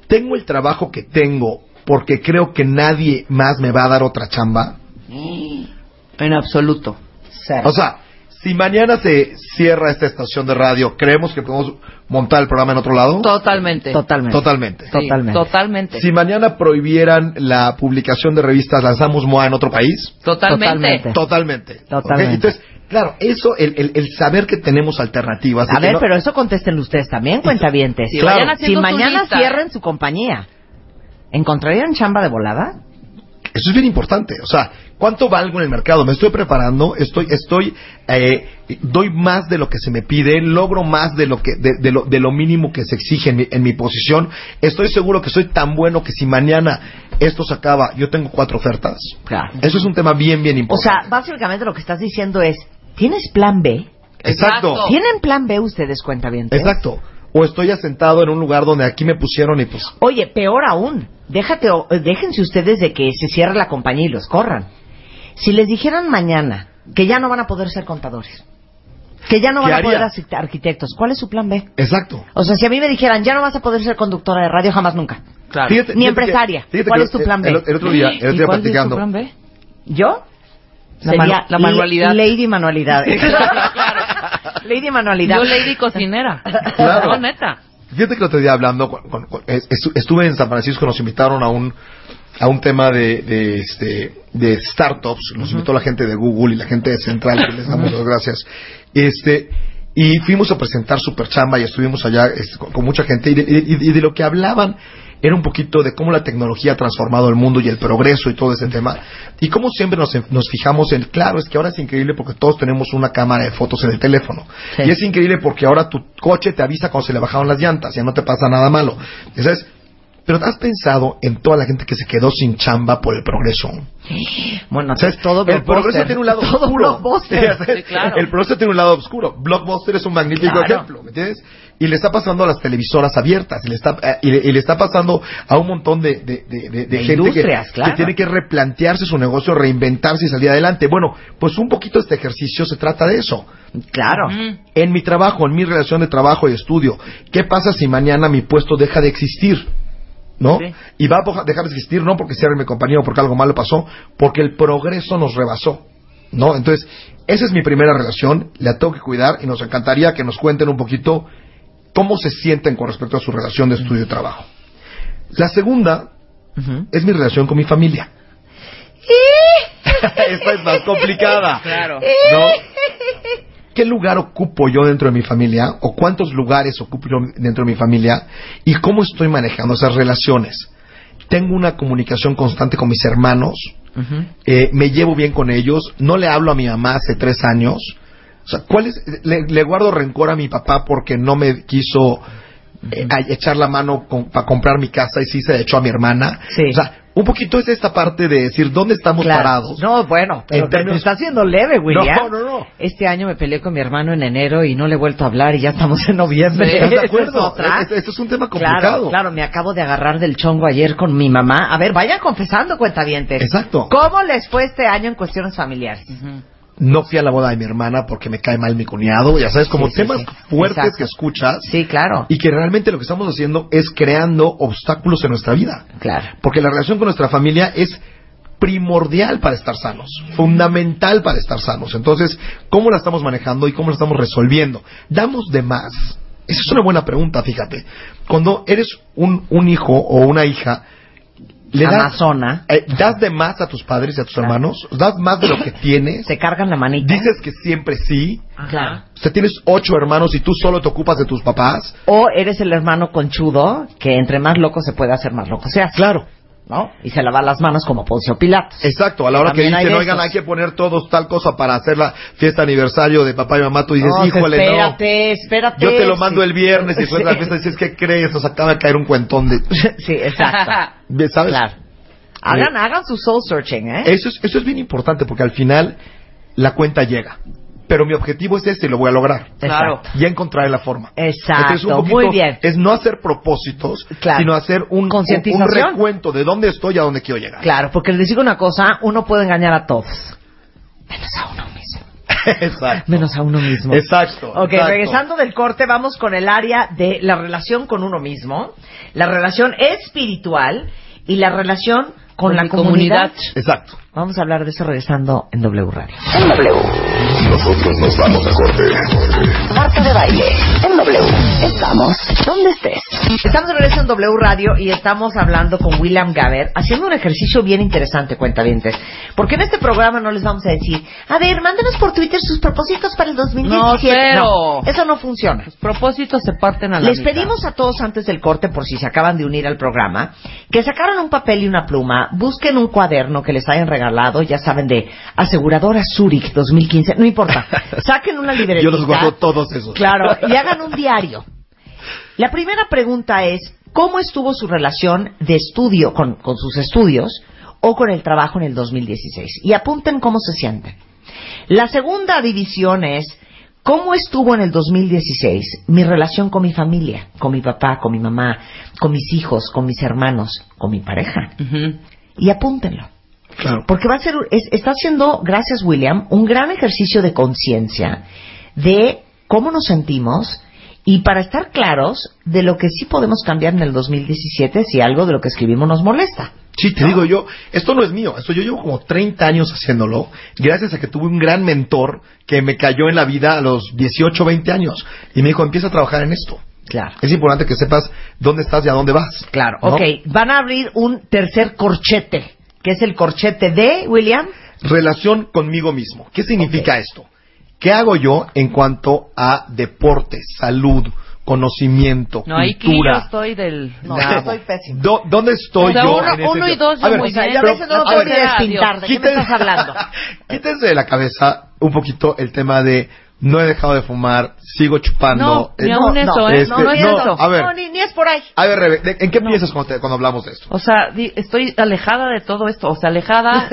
Speaker 3: Tengo el trabajo que tengo porque creo que nadie más me va a dar otra chamba.
Speaker 1: En absoluto.
Speaker 2: Cero.
Speaker 3: O sea, si mañana se cierra esta estación de radio, ¿creemos que podemos montar el programa en otro lado?
Speaker 1: Totalmente.
Speaker 2: totalmente.
Speaker 3: Totalmente.
Speaker 1: Sí,
Speaker 2: Totalmente.
Speaker 1: Totalmente.
Speaker 3: Si mañana prohibieran la publicación de revistas Lanzamos MOA en otro país,
Speaker 1: Totalmente.
Speaker 2: Totalmente.
Speaker 3: Totalmente.
Speaker 2: Totalmente.
Speaker 3: Ok, Entonces, claro, eso, el, el, el saber que tenemos alternativas. y
Speaker 2: A
Speaker 3: que
Speaker 2: ver,
Speaker 3: no-
Speaker 2: pero eso contesten ustedes también, cuentavientes.
Speaker 1: Sí,
Speaker 3: Claro.
Speaker 1: vayan
Speaker 2: Si
Speaker 1: haciendo su
Speaker 2: mañana
Speaker 1: lista.
Speaker 2: cierren su compañía, ¿encontrarían chamba de volada?
Speaker 3: Eso es bien importante. O sea, ¿cuánto valgo en el mercado? Me estoy preparando, estoy, estoy, eh, doy más de lo que se me pide, logro más de lo que, de, de lo, de lo mínimo que se exige en mi, en mi posición. Estoy seguro que soy tan bueno que si mañana esto se acaba, yo tengo cuatro ofertas.
Speaker 2: Claro.
Speaker 3: Eso es un tema bien, bien
Speaker 2: O
Speaker 3: importante.
Speaker 2: sea, básicamente lo que estás diciendo es, ¿tienes plan B?
Speaker 3: exacto,
Speaker 1: Exacto.
Speaker 2: ¿Tienen plan B ustedes, cuentavientes?
Speaker 3: exacto. O estoy asentado en un lugar donde aquí me pusieron y pues
Speaker 2: Oye, peor aún, déjate, o- eh, déjense ustedes de que se cierre la compañía y los corran. Si les dijeran mañana que ya no van a poder ser contadores, que ya no
Speaker 3: ¿Qué
Speaker 2: van a
Speaker 3: haría?
Speaker 2: poder ser arquitectos, ¿cuál es su plan B?
Speaker 3: Exacto.
Speaker 2: O sea, si a mí me dijeran, ya no vas a poder ser conductora de radio jamás nunca.
Speaker 1: Claro.
Speaker 3: Fíjate-
Speaker 2: Ni
Speaker 3: fíjate
Speaker 2: empresaria.
Speaker 3: que- fíjate
Speaker 2: ¿Cuál
Speaker 3: que
Speaker 2: es tu plan B?
Speaker 3: El, el otro día, el otro
Speaker 1: ¿Y
Speaker 3: día
Speaker 1: cuál es tu
Speaker 3: platicando.
Speaker 1: plan B?
Speaker 2: ¿Yo?
Speaker 1: La manu- la
Speaker 2: li-
Speaker 1: manualidad.
Speaker 2: Lady manualidad. Lady manualidad.
Speaker 1: Yo lady cocinera.
Speaker 3: Claro.
Speaker 1: No, neta.
Speaker 3: Fíjate que el otro día hablando, con- con- con- es- estu- estuve en San Francisco, nos invitaron a un a un tema de, de, este, de startups, nos invitó la gente de Google y la gente de Central, que les damos las gracias. Este, y fuimos a presentar Superchamba y estuvimos allá este, con, con mucha gente y de, y de- y de lo que hablaban era un poquito de cómo la tecnología ha transformado el mundo y el progreso y todo ese tema. Y como siempre nos, nos fijamos en, claro, es que ahora es increíble porque todos tenemos una cámara de fotos en el teléfono.
Speaker 2: Sí.
Speaker 3: Y es increíble porque ahora tu coche te avisa cuando se le bajaron las llantas, ya no te pasa nada malo. Ya ¿Sabes? Pero ¿has pensado en toda la gente que se quedó sin chamba por el progreso?
Speaker 2: Bueno,
Speaker 3: ¿Sabes?
Speaker 2: todo
Speaker 3: el progreso
Speaker 2: blockbuster.
Speaker 3: tiene un lado
Speaker 2: Todo
Speaker 3: oscuro.
Speaker 2: blockbuster.
Speaker 3: ¿Sabes?
Speaker 1: Sí, claro.
Speaker 3: El progreso tiene un lado oscuro. Blockbuster es un magnífico
Speaker 2: Claro.
Speaker 3: ejemplo, ¿me entiendes? Y le está pasando a las televisoras abiertas, y le está, eh, y le, y le está pasando a un montón de, de- de- de- de
Speaker 2: De
Speaker 3: gente que,
Speaker 2: industrias,
Speaker 3: que
Speaker 2: claro.
Speaker 3: tiene que replantearse su negocio, reinventarse y salir adelante. Bueno, pues un poquito este ejercicio se trata de eso
Speaker 2: Claro.
Speaker 1: Mm.
Speaker 3: en mi trabajo, en mi relación de trabajo y estudio. ¿Qué pasa si mañana mi puesto deja de existir? ¿No?
Speaker 1: Sí.
Speaker 3: Y va a poja- dejar de existir no porque cierre mi compañía o porque algo malo pasó, porque el progreso nos rebasó. ¿No? Entonces, esa es mi primera relación, la tengo que cuidar y nos encantaría que nos cuenten un poquito cómo se sienten con respecto a su relación de estudio y trabajo. La segunda
Speaker 2: Ujú.
Speaker 3: es mi relación con mi familia. Esta es más complicada.
Speaker 1: Claro.
Speaker 3: ¿No? ¿Qué lugar ocupo yo dentro de mi familia? ¿O cuántos lugares ocupo yo dentro de mi familia? ¿Y cómo estoy manejando esas relaciones? Tengo una comunicación constante con mis hermanos,
Speaker 2: Ujú.
Speaker 3: eh, me llevo bien con ellos, no le hablo a mi mamá hace tres años. O sea, ¿cuál es? Le, le guardo rencor a mi papá porque no me quiso eh, a- echar la mano para comprar mi casa y sí se la echó a mi hermana.
Speaker 2: Sí.
Speaker 3: O sea, un poquito es esta parte de decir dónde estamos
Speaker 2: Claro.
Speaker 3: parados.
Speaker 2: No, bueno, pero
Speaker 3: En
Speaker 2: te-
Speaker 3: términos-
Speaker 2: te está haciendo leve, William.
Speaker 3: No, no, no.
Speaker 2: Este año me peleé con mi hermano en enero y no le he vuelto a hablar y ya estamos en noviembre.
Speaker 3: ¿Estás de
Speaker 2: Esa es
Speaker 3: acuerdo?
Speaker 2: otra.
Speaker 3: Es- Esto es un tema
Speaker 2: Claro,
Speaker 3: complicado.
Speaker 2: claro, me acabo de agarrar del chongo ayer con mi mamá. A ver, vayan confesando, cuentavientes.
Speaker 3: Exacto.
Speaker 2: ¿Cómo les fue este año en cuestiones familiares?
Speaker 1: Ujú.
Speaker 3: No fui a la boda de mi hermana porque me cae mal mi cuñado. Ya sabes, como
Speaker 2: Sí, sí,
Speaker 3: temas
Speaker 2: sí.
Speaker 3: fuertes
Speaker 2: Exacto.
Speaker 3: que escuchas
Speaker 2: Sí, claro.
Speaker 3: y que realmente lo que estamos haciendo es creando obstáculos en nuestra vida.
Speaker 2: Claro.
Speaker 3: Porque la relación con nuestra familia es primordial para estar sanos, fundamental para estar sanos. Entonces, ¿cómo la estamos manejando y cómo la estamos resolviendo? ¿Damos de más? Esa es una buena pregunta, fíjate. Cuando eres un, un hijo o una hija, le das,
Speaker 2: Amazona.
Speaker 3: eh, das de más a tus padres y a tus
Speaker 2: Claro.
Speaker 3: hermanos, das más de lo que tienes,
Speaker 2: Se cargan la manita.
Speaker 3: dices que siempre sí,
Speaker 2: Claro.
Speaker 3: o sea, tienes ocho hermanos y tú solo te ocupas de tus papás.
Speaker 2: O eres el hermano conchudo que entre más loco se puede hacer más loco. O sea,
Speaker 3: Claro.
Speaker 2: ¿no? Y se lava las manos como Poncio Pilatos.
Speaker 3: Exacto, a la hora
Speaker 2: También
Speaker 3: que
Speaker 2: hay
Speaker 3: dicen,
Speaker 2: de
Speaker 3: oigan,
Speaker 2: esos.
Speaker 3: hay que poner todos tal cosa para hacer la fiesta aniversario de papá y mamá, tú dices,
Speaker 2: No,
Speaker 3: híjole, no.
Speaker 2: espérate, espérate.
Speaker 3: Yo te lo mando
Speaker 2: Sí.
Speaker 3: el viernes y después de la fiesta dices, ¿qué crees? Nos acaba de caer un cuentón de...
Speaker 2: Sí, exacto.
Speaker 3: de- ¿Sabes?
Speaker 2: Claro. Hagan, hagan su soul searching, ¿eh?
Speaker 3: Eso es, eso es bien importante porque al final la cuenta llega. Pero mi objetivo es este y lo voy a lograr.
Speaker 1: Claro.
Speaker 2: Exacto.
Speaker 3: Ya encontraré la forma.
Speaker 2: Exacto,
Speaker 3: Entonces, un poquito
Speaker 2: muy bien.
Speaker 3: Es no hacer propósitos,
Speaker 2: Claro.
Speaker 3: sino hacer un, un, un
Speaker 2: Concientización.
Speaker 3: recuento de dónde estoy y a dónde quiero llegar.
Speaker 2: Claro, porque les digo una cosa, uno puede engañar a todos. Menos a uno mismo.
Speaker 3: Exacto.
Speaker 2: Menos a uno mismo.
Speaker 3: Exacto.
Speaker 2: Ok,
Speaker 3: exacto.
Speaker 2: regresando del corte, vamos con el área de la relación con uno mismo, la relación espiritual y la relación con,
Speaker 1: Con
Speaker 2: la
Speaker 1: mi
Speaker 2: comunidad.
Speaker 1: comunidad.
Speaker 3: Exacto.
Speaker 2: Vamos a hablar de eso regresando en W Radio.
Speaker 4: Nosotros nos vamos a corte.
Speaker 5: Marta de Baile, en W. Estamos donde estés.
Speaker 2: Estamos de regreso en W Radio y estamos hablando con William Gaber, haciendo un ejercicio bien interesante, cuentavientes. Porque en este programa no les vamos a decir, a ver, mándenos por Twitter sus propósitos para el 2017.
Speaker 1: No, cero.
Speaker 2: eso no funciona.
Speaker 1: Los propósitos se parten a la
Speaker 2: Les
Speaker 1: mitad.
Speaker 2: pedimos a todos antes del corte, por si se acaban de unir al programa, que sacaran un papel y una pluma, busquen un cuaderno que les hayan regalado, ya saben, de Aseguradora Zurich 2015, no importa. Saquen una libretita.
Speaker 3: Yo los guardo todos esos.
Speaker 2: Claro, y hagan un diario. La primera pregunta es, ¿cómo estuvo su relación de estudio con, con sus estudios o con el trabajo en el 2016? Y apunten cómo se sienten. La segunda división es, ¿cómo estuvo en el 2016 mi relación con mi familia, con mi papá, con mi mamá, con mis hijos, con mis hermanos, con mi pareja?
Speaker 1: Ujú.
Speaker 2: Y apúntenlo.
Speaker 3: Claro.
Speaker 2: Porque va a ser, es- está haciendo, gracias William, un gran ejercicio de conciencia de cómo nos sentimos y para estar claros de lo que sí podemos cambiar en el 2017 si algo de lo que escribimos nos molesta.
Speaker 3: Sí, te digo yo, esto no es mío, esto yo llevo como 30 años haciéndolo, gracias a que tuve un gran mentor que me cayó en la vida a los 18, 20 años y me dijo, empieza a trabajar en esto.
Speaker 2: Claro.
Speaker 3: Es importante que sepas dónde estás y a dónde vas.
Speaker 2: Claro.
Speaker 3: ¿no?
Speaker 2: Ok, van a abrir un tercer corchete, que es el corchete de William.
Speaker 3: Relación conmigo mismo. ¿Qué significa esto? ¿Qué hago yo en cuanto a deporte, salud, conocimiento,
Speaker 1: No, ahí que yo
Speaker 3: cultura?
Speaker 1: estoy del...
Speaker 2: No, yo estoy pésimo.
Speaker 3: Do- ¿Dónde estoy
Speaker 1: O sea,
Speaker 3: yo?
Speaker 1: uno-
Speaker 3: en ese
Speaker 1: uno y
Speaker 3: sentido?
Speaker 1: dos, yo
Speaker 3: A ver,
Speaker 1: muy
Speaker 2: O sea,
Speaker 1: bien.
Speaker 2: yo a veces no lo
Speaker 1: A
Speaker 2: puedo
Speaker 1: ver,
Speaker 2: ni despintar.
Speaker 1: adiós.
Speaker 2: ¿De qué me estás hablando?
Speaker 3: Quítense de la cabeza un poquito el tema de no he dejado de fumar, sigo chupando.
Speaker 1: No, ni aún eso, ¿eh?
Speaker 3: este,
Speaker 1: No, no es eso.
Speaker 3: A ver,
Speaker 2: No, ni, ni es por ahí.
Speaker 3: a ver, Rebe, ¿de- ¿en qué piensas cuando, te- cuando hablamos de esto?
Speaker 1: O sea, di- estoy alejada de todo esto, o sea, alejada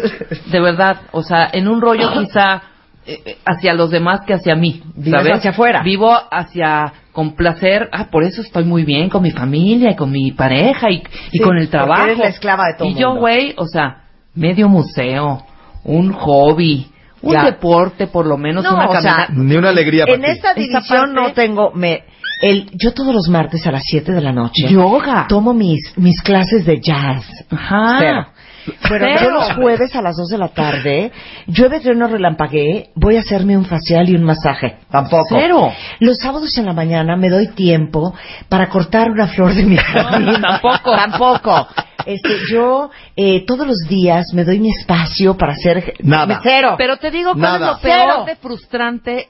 Speaker 1: de verdad, o sea, en un rollo quizá eh, eh, hacia los demás que hacia mí,
Speaker 2: Vives
Speaker 1: ¿sabes?
Speaker 2: hacia afuera.
Speaker 1: Vivo hacia complacer, ah, por eso estoy muy bien con mi familia y con mi pareja y, y
Speaker 2: Sí,
Speaker 1: con el trabajo.
Speaker 2: porque eres la esclava de todo
Speaker 1: Y yo,
Speaker 2: mundo.
Speaker 1: güey, o sea, medio museo, un hobby, un
Speaker 2: Ya.
Speaker 1: deporte por lo menos,
Speaker 2: No,
Speaker 1: una
Speaker 2: o sea,
Speaker 1: caminata.
Speaker 3: Ni una alegría para
Speaker 2: En
Speaker 3: ti.
Speaker 2: esta
Speaker 1: Esa
Speaker 2: división
Speaker 1: parte-
Speaker 2: no tengo... Me, el, yo todos los martes a las 7 de la noche...
Speaker 1: yoga.
Speaker 2: tomo mis, mis clases de jazz.
Speaker 1: Ajá.
Speaker 2: Cero. Ah, Pero
Speaker 1: Cero.
Speaker 2: yo los jueves a las 2 de la tarde, llueve, trueno, relampagué, voy a hacerme un facial y un masaje.
Speaker 3: Tampoco.
Speaker 1: Cero.
Speaker 2: Los sábados en la mañana me doy tiempo para cortar una flor de mi jardín.
Speaker 1: tampoco.
Speaker 2: Tampoco. Este, yo eh, todos los días me doy mi espacio para hacer...
Speaker 3: Nada.
Speaker 2: Cero.
Speaker 1: Pero te digo cuál
Speaker 3: Nada.
Speaker 1: es lo peor
Speaker 2: Cero.
Speaker 1: de frustrante,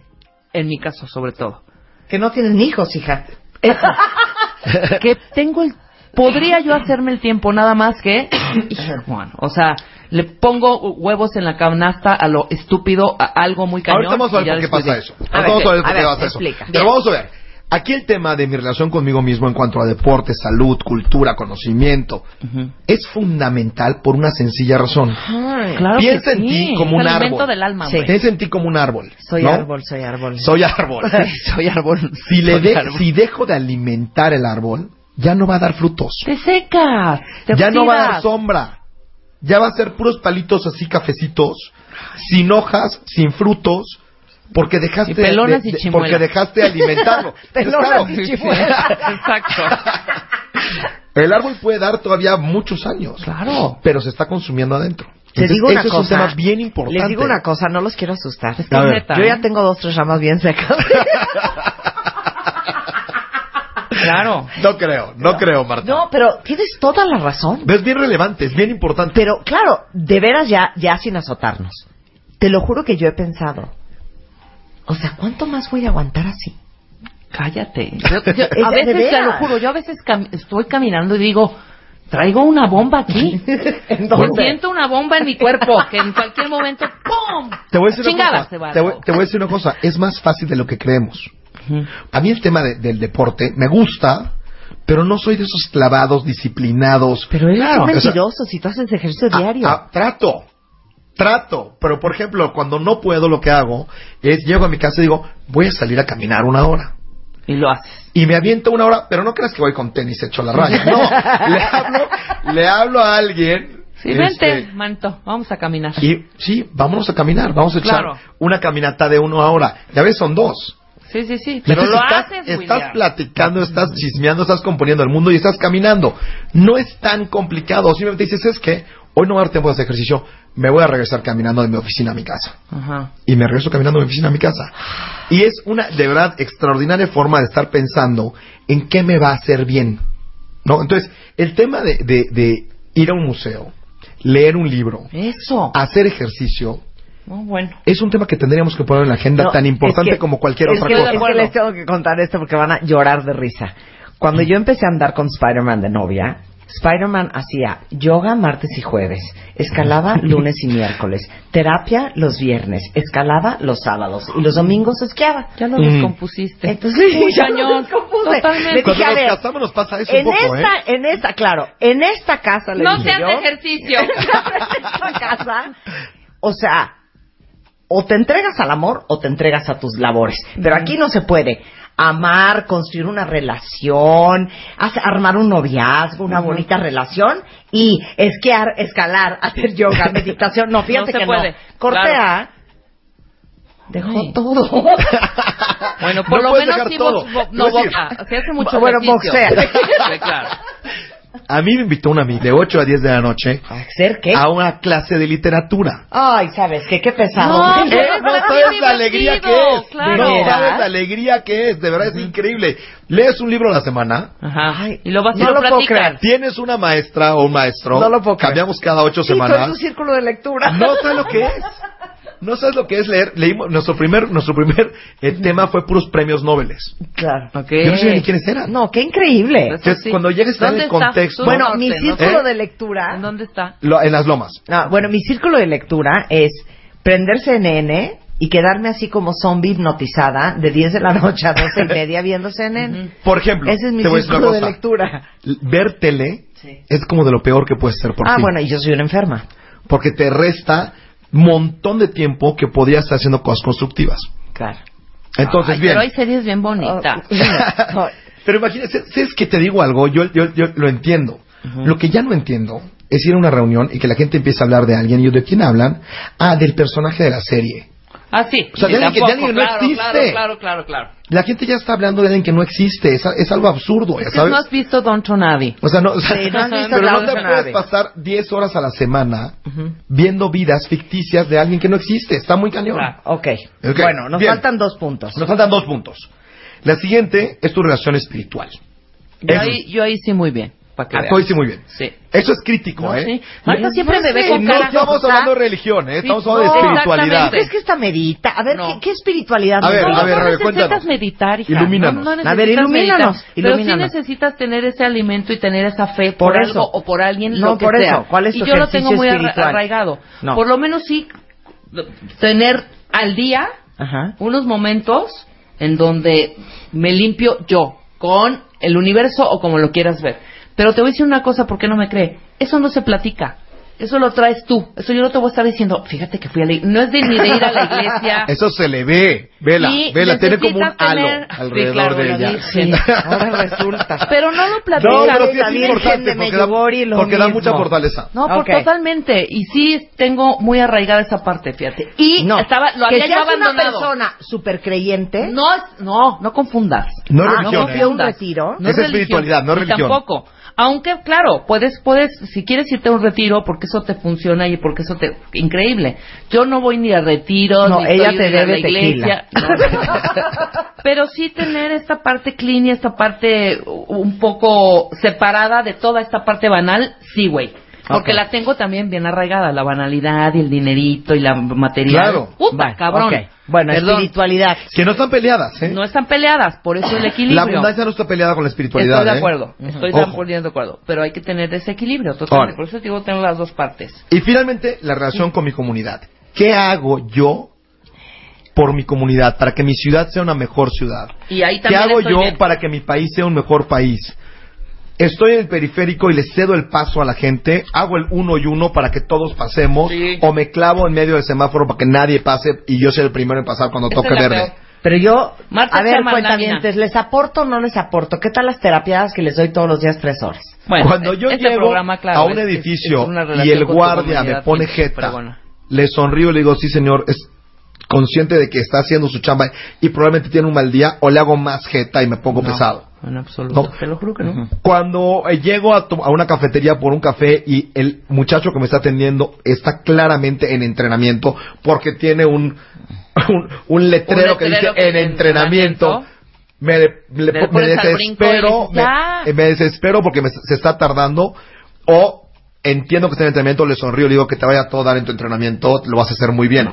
Speaker 1: en mi caso sobre todo.
Speaker 2: que no tienen hijos, hija.
Speaker 1: Eso. que tengo el... Podría yo hacerme el tiempo nada más que... Hijo, Juan, o sea, le pongo huevos en la canasta a lo estúpido, a algo muy cañón.
Speaker 3: Ahorita vamos a
Speaker 1: y ya
Speaker 3: ver por qué pasa
Speaker 1: descuidé.
Speaker 3: eso.
Speaker 1: A ver,
Speaker 3: Ahorita vamos a ver por
Speaker 1: a
Speaker 3: qué
Speaker 1: ver,
Speaker 3: pasa eso.
Speaker 1: explica.
Speaker 3: Pero vamos a ver. Aquí el tema de mi relación conmigo mismo en cuanto a deporte, salud, cultura, conocimiento,
Speaker 1: Ujú.
Speaker 3: es fundamental por una sencilla razón.
Speaker 1: Claro
Speaker 3: Piensa
Speaker 1: que sí.
Speaker 3: en ti como
Speaker 1: es
Speaker 3: un
Speaker 1: alimento
Speaker 3: árbol.
Speaker 1: del alma,
Speaker 2: Sí.
Speaker 1: güey.
Speaker 3: Piensa en ti como un árbol.
Speaker 2: Soy
Speaker 3: ¿no?
Speaker 2: árbol, soy árbol.
Speaker 3: Soy árbol.
Speaker 1: Soy árbol.
Speaker 3: Si, le
Speaker 1: Soy
Speaker 3: de-
Speaker 1: árbol.
Speaker 3: si dejo de alimentar el árbol, ya no va a dar frutos.
Speaker 1: Te secas. Te
Speaker 3: ya no va a dar
Speaker 1: oxidas.
Speaker 3: sombra. Ya va a ser puros palitos así cafecitos, sin hojas, sin frutos, porque dejaste
Speaker 1: Y pelonas y
Speaker 3: porque
Speaker 1: chimuelas.
Speaker 3: dejaste de alimentarlo. Entonces,
Speaker 2: Pelonas
Speaker 3: claro,
Speaker 2: y chimuelas.
Speaker 1: Exacto.
Speaker 3: el árbol puede dar todavía muchos años,
Speaker 1: Claro.
Speaker 3: pero se está consumiendo adentro.
Speaker 2: Te
Speaker 3: Entonces,
Speaker 2: digo una
Speaker 3: eso es un
Speaker 2: cosa.
Speaker 3: tema bien importante.
Speaker 2: Les digo una cosa, no los quiero asustar.
Speaker 1: Es que es
Speaker 3: ver,
Speaker 1: neta,
Speaker 2: Yo
Speaker 1: ¿eh?
Speaker 2: ya tengo dos, tres ramas bien secas.
Speaker 1: Claro.
Speaker 3: No creo, no creo, Marta.
Speaker 2: no, pero tienes toda la razón.
Speaker 3: Es bien relevante, es bien importante.
Speaker 2: Pero claro, de veras ya, ya sin azotarnos. Te lo juro que yo he pensado. O sea, ¿cuánto más voy a aguantar así?
Speaker 1: Cállate. Yo- yo-
Speaker 2: Es
Speaker 1: a
Speaker 2: de
Speaker 1: veces, te
Speaker 2: veras.
Speaker 1: lo juro, yo a veces cam- estoy caminando y digo, traigo una bomba aquí. Yo siento una bomba en mi cuerpo que en cualquier momento, ¡pum!
Speaker 3: Te voy a decir una
Speaker 1: Chingada
Speaker 3: cosa.
Speaker 1: se va.
Speaker 3: Te voy, te voy a decir una cosa. Es más fácil de lo que creemos. A mí el tema de- del deporte me gusta, pero no soy de esos clavados, disciplinados.
Speaker 2: Pero eres
Speaker 3: Claro,
Speaker 2: un
Speaker 3: o sea,
Speaker 2: mentiroso si tú haces ejercicio
Speaker 3: a-
Speaker 2: diario.
Speaker 3: a- trato, trato. Pero por ejemplo, cuando no puedo, lo que hago es llego a mi casa y digo, voy a salir a caminar una hora.
Speaker 1: Y lo haces.
Speaker 3: Y me aviento una hora, pero no creas que voy con tenis hecho la raya. No, le hablo, le hablo a alguien.
Speaker 1: Sí,
Speaker 3: este,
Speaker 1: vente, manito, vamos a caminar.
Speaker 3: Y sí, vámonos a caminar, vamos a echar
Speaker 1: Claro.
Speaker 3: una caminata de una hora. Ya ves, son dos.
Speaker 1: Sí, sí, sí. Pero lo
Speaker 3: estás,
Speaker 1: haces,
Speaker 3: estás
Speaker 1: William.
Speaker 3: platicando, estás chismeando, estás componiendo el mundo y estás caminando. No es tan complicado. Simplemente dices, es que hoy no va a dar tiempo de hacer ejercicio, me voy a regresar caminando de mi oficina a mi casa.
Speaker 1: Ajá.
Speaker 3: Y me regreso caminando de mi oficina a mi casa. Y es una, de verdad, extraordinaria forma de estar pensando en qué me va a hacer bien. ¿No? Entonces, el tema de, de- de ir a un museo, leer un libro,
Speaker 1: Eso.
Speaker 3: hacer ejercicio,
Speaker 1: No, bueno.
Speaker 3: es un tema que tendríamos que poner en la agenda
Speaker 2: No,
Speaker 3: tan importante
Speaker 2: es que-
Speaker 3: como cualquier
Speaker 2: es
Speaker 3: otra
Speaker 2: que-
Speaker 3: cosa.
Speaker 2: Es que les tengo que contar esto porque van a llorar de risa.
Speaker 3: Mm.
Speaker 2: Cuando yo empecé a andar con Spider-Man de novia, Spider-Man hacía yoga martes y jueves, escalaba
Speaker 3: Mm.
Speaker 2: lunes y miércoles, terapia los viernes, escalaba los sábados y los domingos esquiaba.
Speaker 1: Ya lo
Speaker 3: Mm.
Speaker 1: descompusiste.
Speaker 2: Entonces,
Speaker 1: Muy
Speaker 2: ya lo
Speaker 1: cañón.
Speaker 2: descompuse.
Speaker 1: Totalmente.
Speaker 2: Le dije,
Speaker 3: Cuando
Speaker 2: a
Speaker 3: nos
Speaker 2: ver,
Speaker 3: casamos nos pasa eso
Speaker 2: En
Speaker 3: un poco,
Speaker 2: esta,
Speaker 3: ¿eh?
Speaker 2: en esta, claro, en esta casa le
Speaker 1: No
Speaker 2: dije
Speaker 1: seas
Speaker 2: yo,
Speaker 1: de ejercicio.
Speaker 2: esta casa, o sea, o te entregas al amor o te entregas a tus labores. Pero aquí no se puede amar, construir una relación, hace- armar un noviazgo, una bonita relación y esquiar, escalar, hacer yoga, meditación. No, fíjate
Speaker 1: No se
Speaker 2: que
Speaker 1: puede,
Speaker 2: no. Corte
Speaker 1: claro.
Speaker 2: A, Dejó
Speaker 1: Ay.
Speaker 2: todo.
Speaker 1: Bueno, por lo
Speaker 3: No puedes
Speaker 1: menos
Speaker 3: dejar
Speaker 1: sí
Speaker 3: todo.
Speaker 1: bo- bo-
Speaker 3: Te
Speaker 1: no
Speaker 3: voy a decir,
Speaker 1: boca. Se hace mucho
Speaker 2: Bueno,
Speaker 1: ejercicio.
Speaker 2: boxea.
Speaker 1: Sí, claro.
Speaker 3: A mí me invitó una amiga de 8 a 10 de la noche
Speaker 2: ¿Ser Ah, qué?
Speaker 3: a una clase de literatura.
Speaker 2: Ay, ¿sabes qué? Qué pesado.
Speaker 1: No,
Speaker 2: Qué
Speaker 1: Pero
Speaker 3: Eh,
Speaker 1: es
Speaker 3: no
Speaker 1: muy
Speaker 3: sabes la alegría que
Speaker 1: divertido,
Speaker 3: es.
Speaker 1: claro.
Speaker 3: No sabes
Speaker 2: ¿Verdad?
Speaker 3: la alegría que es. De verdad es increíble. Lees un libro a la semana.
Speaker 1: Ajá.
Speaker 2: Ay,
Speaker 1: y lo vas a
Speaker 2: no
Speaker 1: lo
Speaker 2: lo puedo
Speaker 1: platicas.
Speaker 2: creer.
Speaker 3: Tienes una maestra o un maestro.
Speaker 2: No lo puedo creer.
Speaker 3: Cambiamos cada ocho
Speaker 2: Sí, con
Speaker 3: semanas.
Speaker 2: tu círculo de lectura.
Speaker 3: No sabes lo que es. No sabes lo que es leer. Leímos nuestro primer nuestro primer eh, tema fue puros premios nobeles.
Speaker 2: Claro.
Speaker 1: Ok.
Speaker 3: Yo no sabía ni quiénes eran.
Speaker 2: Eh, No, qué increíble.
Speaker 1: Eso
Speaker 3: Entonces, cuando llegues a estar
Speaker 1: ¿Dónde
Speaker 3: en el
Speaker 1: está?
Speaker 3: contexto-
Speaker 1: Tú
Speaker 2: Bueno,
Speaker 1: norte,
Speaker 2: mi
Speaker 1: ¿no?
Speaker 2: círculo
Speaker 3: ¿Eh?
Speaker 2: de lectura.
Speaker 1: ¿En ¿Dónde está?
Speaker 3: Lo- en las lomas.
Speaker 2: No, bueno, mi círculo de lectura es prender CNN y quedarme así como zombie hipnotizada de 10 de la noche a 12 y media viendo CNN.
Speaker 3: Por ejemplo,
Speaker 2: Ese es mi
Speaker 3: te voy a decir
Speaker 2: círculo
Speaker 3: una
Speaker 2: de
Speaker 3: cosa.
Speaker 2: lectura.
Speaker 3: L- Ver tele
Speaker 2: Sí.
Speaker 3: es como de lo peor que puede ser por
Speaker 2: ah,
Speaker 3: ti.
Speaker 2: bueno, y yo soy una enferma.
Speaker 3: Porque te resta montón de tiempo que podrías estar haciendo cosas constructivas.
Speaker 2: Claro.
Speaker 3: Entonces,
Speaker 1: Ay,
Speaker 3: bien.
Speaker 1: Pero
Speaker 3: Ah,
Speaker 1: hay series bien bonitas.
Speaker 2: Oh,
Speaker 3: Pero imagínate, ¿sabes que te digo algo? Yo, yo, yo lo entiendo. Lo que ya no entiendo es ir a una reunión y que la gente empiece a hablar de alguien. Y yo, ¿de quién hablan? Ah, del personaje de la serie.
Speaker 1: Ah, sí.
Speaker 3: O sea,
Speaker 1: Sí,
Speaker 3: ya ni que- ya
Speaker 1: tampoco,
Speaker 3: ni que no
Speaker 1: claro,
Speaker 3: existe.
Speaker 1: Claro, claro, claro, claro.
Speaker 3: La gente ya está hablando de alguien que no existe. Es, a- es algo absurdo, ya
Speaker 1: Es que
Speaker 3: sabes.
Speaker 1: no has visto Don Tonavi.
Speaker 3: O sea, no, o sea,
Speaker 2: Sí, no has visto
Speaker 3: pero no
Speaker 2: Claudio
Speaker 3: te
Speaker 2: Fernández.
Speaker 3: puedes pasar 10 horas a la semana viendo vidas ficticias de alguien que no existe. Está muy cañón.
Speaker 1: Claro.
Speaker 2: ok.
Speaker 3: Ok,
Speaker 2: Bueno, nos
Speaker 3: bien.
Speaker 2: faltan dos puntos.
Speaker 3: Nos faltan dos puntos. La siguiente es tu relación espiritual.
Speaker 1: Yo
Speaker 3: Eso.
Speaker 1: ahí, yo ahí sí muy bien. Para que
Speaker 3: Ah,
Speaker 1: veas.
Speaker 3: tú ahí sí muy bien.
Speaker 1: Sí.
Speaker 3: Eso es crítico,
Speaker 1: No,
Speaker 3: ¿eh?
Speaker 1: sí. Marta siempre
Speaker 2: No
Speaker 1: me ve
Speaker 2: sé,
Speaker 3: Y
Speaker 1: con
Speaker 3: no
Speaker 1: cara
Speaker 3: estamos
Speaker 1: de-
Speaker 3: hablando de religión, ¿eh? Estamos
Speaker 1: Sí,
Speaker 3: hablando de
Speaker 1: no,
Speaker 3: espiritualidad.
Speaker 1: exactamente.
Speaker 2: ¿Crees que está medita? A ver,
Speaker 1: No.
Speaker 2: ¿qué, qué espiritualidad?
Speaker 3: A ver,
Speaker 2: nos
Speaker 1: No,
Speaker 2: da?
Speaker 3: a ver,
Speaker 1: no
Speaker 3: a ver,
Speaker 1: necesitas
Speaker 3: cuéntanos.
Speaker 1: meditar, hija.
Speaker 3: Ilumínanos.
Speaker 1: No, no
Speaker 2: A ver,
Speaker 1: necesitas
Speaker 2: ilumínanos,
Speaker 1: meditar. Pero
Speaker 2: ilúminanos.
Speaker 1: sí necesitas tener ese alimento y tener esa fe
Speaker 2: Por
Speaker 1: por,
Speaker 2: eso.
Speaker 1: algo o por alguien,
Speaker 2: No,
Speaker 1: lo que
Speaker 2: por
Speaker 1: sea.
Speaker 2: eso. ¿Cuál es
Speaker 1: y
Speaker 2: tu
Speaker 1: yo lo
Speaker 2: ejercicio
Speaker 1: tengo muy arra-
Speaker 2: espiritual?
Speaker 1: arraigado.
Speaker 2: No.
Speaker 1: Por lo menos sí tener al día
Speaker 2: Ajá.
Speaker 1: unos momentos en donde me limpio yo con el universo o como lo quieras ver. Pero te voy a decir una cosa, porque no me cree? Eso no se platica. Eso lo traes tú. Eso yo no te voy a estar diciendo, fíjate que fui a la iglesia. No es de ni de ir a la iglesia.
Speaker 3: Eso se le ve. Vela,
Speaker 1: Y
Speaker 3: vela. Tiene
Speaker 1: necesitas
Speaker 3: como un halo
Speaker 1: tener- Sí,
Speaker 3: alrededor
Speaker 1: claro,
Speaker 3: de
Speaker 1: la
Speaker 3: ella.
Speaker 1: Virgen.
Speaker 2: Ahora resulta.
Speaker 1: Pero no lo platican.
Speaker 3: No, pero sí
Speaker 2: La
Speaker 3: es
Speaker 2: Virgen
Speaker 3: importante
Speaker 2: de
Speaker 3: porque da,
Speaker 2: Medjugorje, lo
Speaker 3: porque da
Speaker 2: mismo.
Speaker 3: mucha fortaleza.
Speaker 1: No, por-
Speaker 2: Ok.
Speaker 1: totalmente. Y sí tengo muy arraigada esa parte, fíjate. Y
Speaker 2: No.
Speaker 1: estaba, lo
Speaker 2: que
Speaker 1: había yo
Speaker 2: seas una
Speaker 1: abandonado.
Speaker 2: persona súper creyente.
Speaker 1: No, es- no, no confundas.
Speaker 3: No es
Speaker 2: Ah,
Speaker 3: religión,
Speaker 2: no
Speaker 3: ¿eh?
Speaker 2: fui a un retiro.
Speaker 1: No
Speaker 3: Es espiritualidad, no
Speaker 1: religión,
Speaker 3: religión.
Speaker 1: Tampoco. Aunque, claro, puedes, puedes, si quieres irte a un retiro, porque eso te funciona y porque eso te. Increíble. Yo no voy ni a retiros,
Speaker 2: No,
Speaker 1: ni
Speaker 2: ella
Speaker 1: estoy
Speaker 2: te
Speaker 1: en la
Speaker 2: debe
Speaker 1: iglesia. No. Pero sí tener esta parte clean y esta parte un poco separada de toda esta parte banal, sí, güey. Porque
Speaker 2: Ok.
Speaker 1: la tengo también bien arraigada, la banalidad y el dinerito y la material.
Speaker 3: Claro.
Speaker 1: Puta,
Speaker 2: Vale,
Speaker 1: cabrón.
Speaker 2: ok. Bueno,
Speaker 1: Perdón.
Speaker 2: espiritualidad.
Speaker 3: Que no están peleadas, ¿eh?
Speaker 1: No están peleadas, por eso el
Speaker 3: la
Speaker 1: equilibrio.
Speaker 3: abundancia no está peleada con la espiritualidad.
Speaker 1: Estoy de
Speaker 3: ¿eh?
Speaker 1: acuerdo, estoy
Speaker 3: Ojo.
Speaker 1: de acuerdo, de acuerdo, pero hay que tener ese equilibrio
Speaker 3: Ahora.
Speaker 1: totalmente. Por eso digo, tengo las dos partes.
Speaker 3: Y finalmente, la relación con mi comunidad. ¿Qué hago yo por mi comunidad para que mi ciudad sea una mejor ciudad?
Speaker 1: Y ahí
Speaker 3: ¿Qué
Speaker 1: también
Speaker 3: hago
Speaker 1: estoy
Speaker 3: yo
Speaker 1: bien.
Speaker 3: para que mi país sea un mejor país? Estoy en el periférico y le cedo el paso a la gente, hago el uno y uno para que todos pasemos,
Speaker 1: Sí.
Speaker 3: o me clavo en medio del semáforo para que nadie pase y yo sea el primero en pasar cuando
Speaker 1: Esa
Speaker 3: toque
Speaker 1: es la
Speaker 3: verde.
Speaker 1: peor.
Speaker 2: Pero yo,
Speaker 1: Marta
Speaker 2: a ver,
Speaker 1: Chama,
Speaker 2: cuentamientes, ¿les aporto o no les aporto? ¿Qué tal las terapiadas que les doy todos los días tres horas?
Speaker 1: Bueno,
Speaker 3: Cuando yo
Speaker 1: este
Speaker 3: llego
Speaker 1: programa, claro,
Speaker 3: a un
Speaker 1: es- es- es
Speaker 3: edificio
Speaker 1: una
Speaker 3: y
Speaker 1: relación
Speaker 3: el
Speaker 1: con tu
Speaker 3: guardia me
Speaker 1: comunidad
Speaker 3: pone
Speaker 1: que es
Speaker 3: jeta,
Speaker 1: fregona.
Speaker 3: le sonrío y le digo, sí señor, es consciente de que está haciendo su chamba y probablemente tiene un mal día, o le hago más jeta y me pongo
Speaker 1: No,
Speaker 3: pesado.
Speaker 1: En absoluto,
Speaker 3: No.
Speaker 1: te lo juro que no.
Speaker 3: Cuando eh, llego a, to- a una cafetería por un café y el muchacho que me está atendiendo está claramente en entrenamiento porque tiene un, un, un letrero
Speaker 1: Un
Speaker 3: que dice
Speaker 1: letrero que
Speaker 3: en
Speaker 1: dice
Speaker 3: entrenamiento.
Speaker 1: entrenamiento.
Speaker 3: Me, de- le-
Speaker 1: Le
Speaker 3: me
Speaker 1: pones al brinco y
Speaker 3: desespero,
Speaker 1: dices, "Ya".
Speaker 3: me, me desespero porque me- se está tardando o entiendo que está en entrenamiento, le sonrío, le digo que te vaya a todo dar en tu entrenamiento, lo vas a hacer muy bien.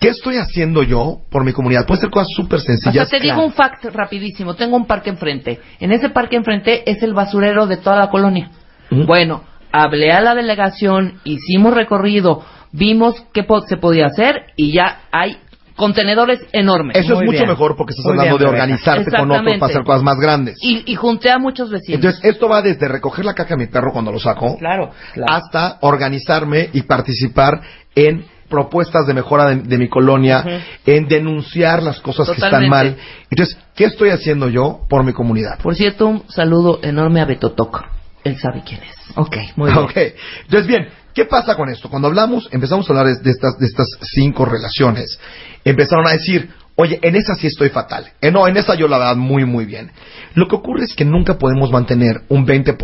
Speaker 3: ¿Qué estoy haciendo yo por mi comunidad? Puede ser cosas súper
Speaker 1: O sea,
Speaker 3: sencillas.
Speaker 1: te digo un fact rapidísimo. Tengo un parque enfrente. En ese parque enfrente es el basurero de toda la colonia.
Speaker 3: Ujú.
Speaker 1: Bueno, hablé a la delegación, hicimos recorrido, vimos qué po- se podía hacer y ya hay contenedores enormes.
Speaker 3: Eso
Speaker 2: Muy
Speaker 3: es mucho
Speaker 2: bien.
Speaker 3: mejor porque estás
Speaker 2: Muy
Speaker 3: hablando de
Speaker 2: bien, Rebeca.
Speaker 3: organizarte con otros para
Speaker 1: Exactamente.
Speaker 3: hacer cosas más grandes.
Speaker 1: Y, y junté a muchos vecinos.
Speaker 3: Entonces, esto va desde recoger la caja de mi perro cuando lo saco
Speaker 1: claro, claro.
Speaker 3: hasta organizarme y participar en propuestas de mejora de, de mi colonia, en denunciar las cosas que están
Speaker 1: Totalmente.
Speaker 3: mal. Entonces, ¿qué estoy haciendo yo por mi comunidad?
Speaker 1: Por cierto, un saludo enorme a Betotoc. Él sabe quién es.
Speaker 2: Ok.
Speaker 1: Muy bien.
Speaker 3: Ok. Entonces, bien, ¿qué pasa con esto? Cuando hablamos, empezamos a hablar de, de estas, de estas cinco relaciones, empezaron a decir, oye, en esa sí estoy fatal. Eh, no, en esa yo la verdad muy, muy bien. Lo que ocurre es que nunca podemos mantener un 20%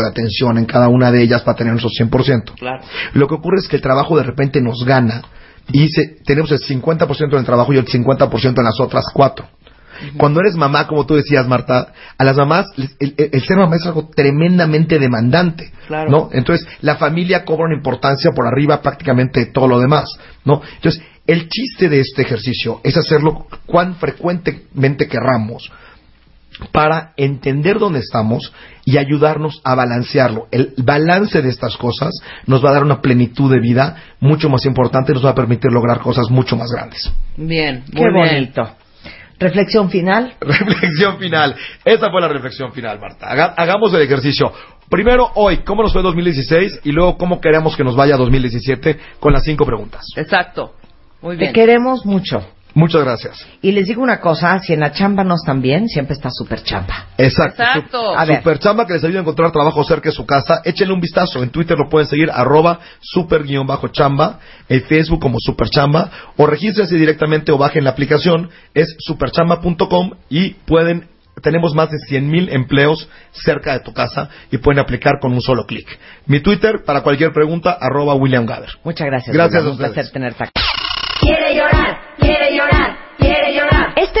Speaker 3: de atención en cada una de ellas para tener nuestro 100%.
Speaker 1: Claro.
Speaker 3: Lo que ocurre es que el trabajo de repente nos gana y se- tenemos el 50% en el trabajo y el 50% en las otras cuatro. Cuando eres mamá, como tú decías, Marta, a las mamás, les- el, el- el ser mamá es algo tremendamente demandante,
Speaker 1: Claro.
Speaker 3: ¿no? Entonces, la familia cobra una importancia por arriba prácticamente de todo lo demás, ¿no? Entonces, el chiste de este ejercicio es hacerlo cuán frecuentemente querramos, para entender dónde estamos y ayudarnos a balancearlo. El balance de estas cosas nos va a dar una plenitud de vida mucho más importante, nos va a permitir lograr cosas mucho más grandes.
Speaker 1: Bien,
Speaker 2: Qué
Speaker 1: muy bien.
Speaker 2: bonito. Reflexión final.
Speaker 3: Reflexión final. Esa fue la reflexión final, Marta. Haga- hagamos el ejercicio. Primero hoy, ¿cómo nos fue 2016? Y luego, ¿cómo queremos que nos vaya 2017? Con las cinco preguntas.
Speaker 1: Exacto. Muy bien.
Speaker 2: Te queremos mucho.
Speaker 3: Muchas gracias.
Speaker 2: Y les digo una cosa, si en la chamba no están bien, siempre está super chamba.
Speaker 3: Exacto.
Speaker 1: Exacto.
Speaker 2: A ver.
Speaker 3: Super Chamba que les ayuda a encontrar trabajo cerca de su casa. Échenle un vistazo. En Twitter lo pueden seguir arroba super guión bajo chamba. En Facebook como Super Chamba. O regístrense directamente o bajen la aplicación. Es superchamba.com y pueden... Tenemos más de 100.000 empleos cerca de tu casa y pueden aplicar con un solo clic. Mi Twitter para cualquier pregunta arroba William Gaber.
Speaker 2: Muchas gracias.
Speaker 3: Gracias
Speaker 2: Olga.
Speaker 3: a
Speaker 2: Un
Speaker 3: ustedes.
Speaker 2: placer tenerte aquí.
Speaker 5: Quiere llorar, quiere llorar, quiere llorar. Este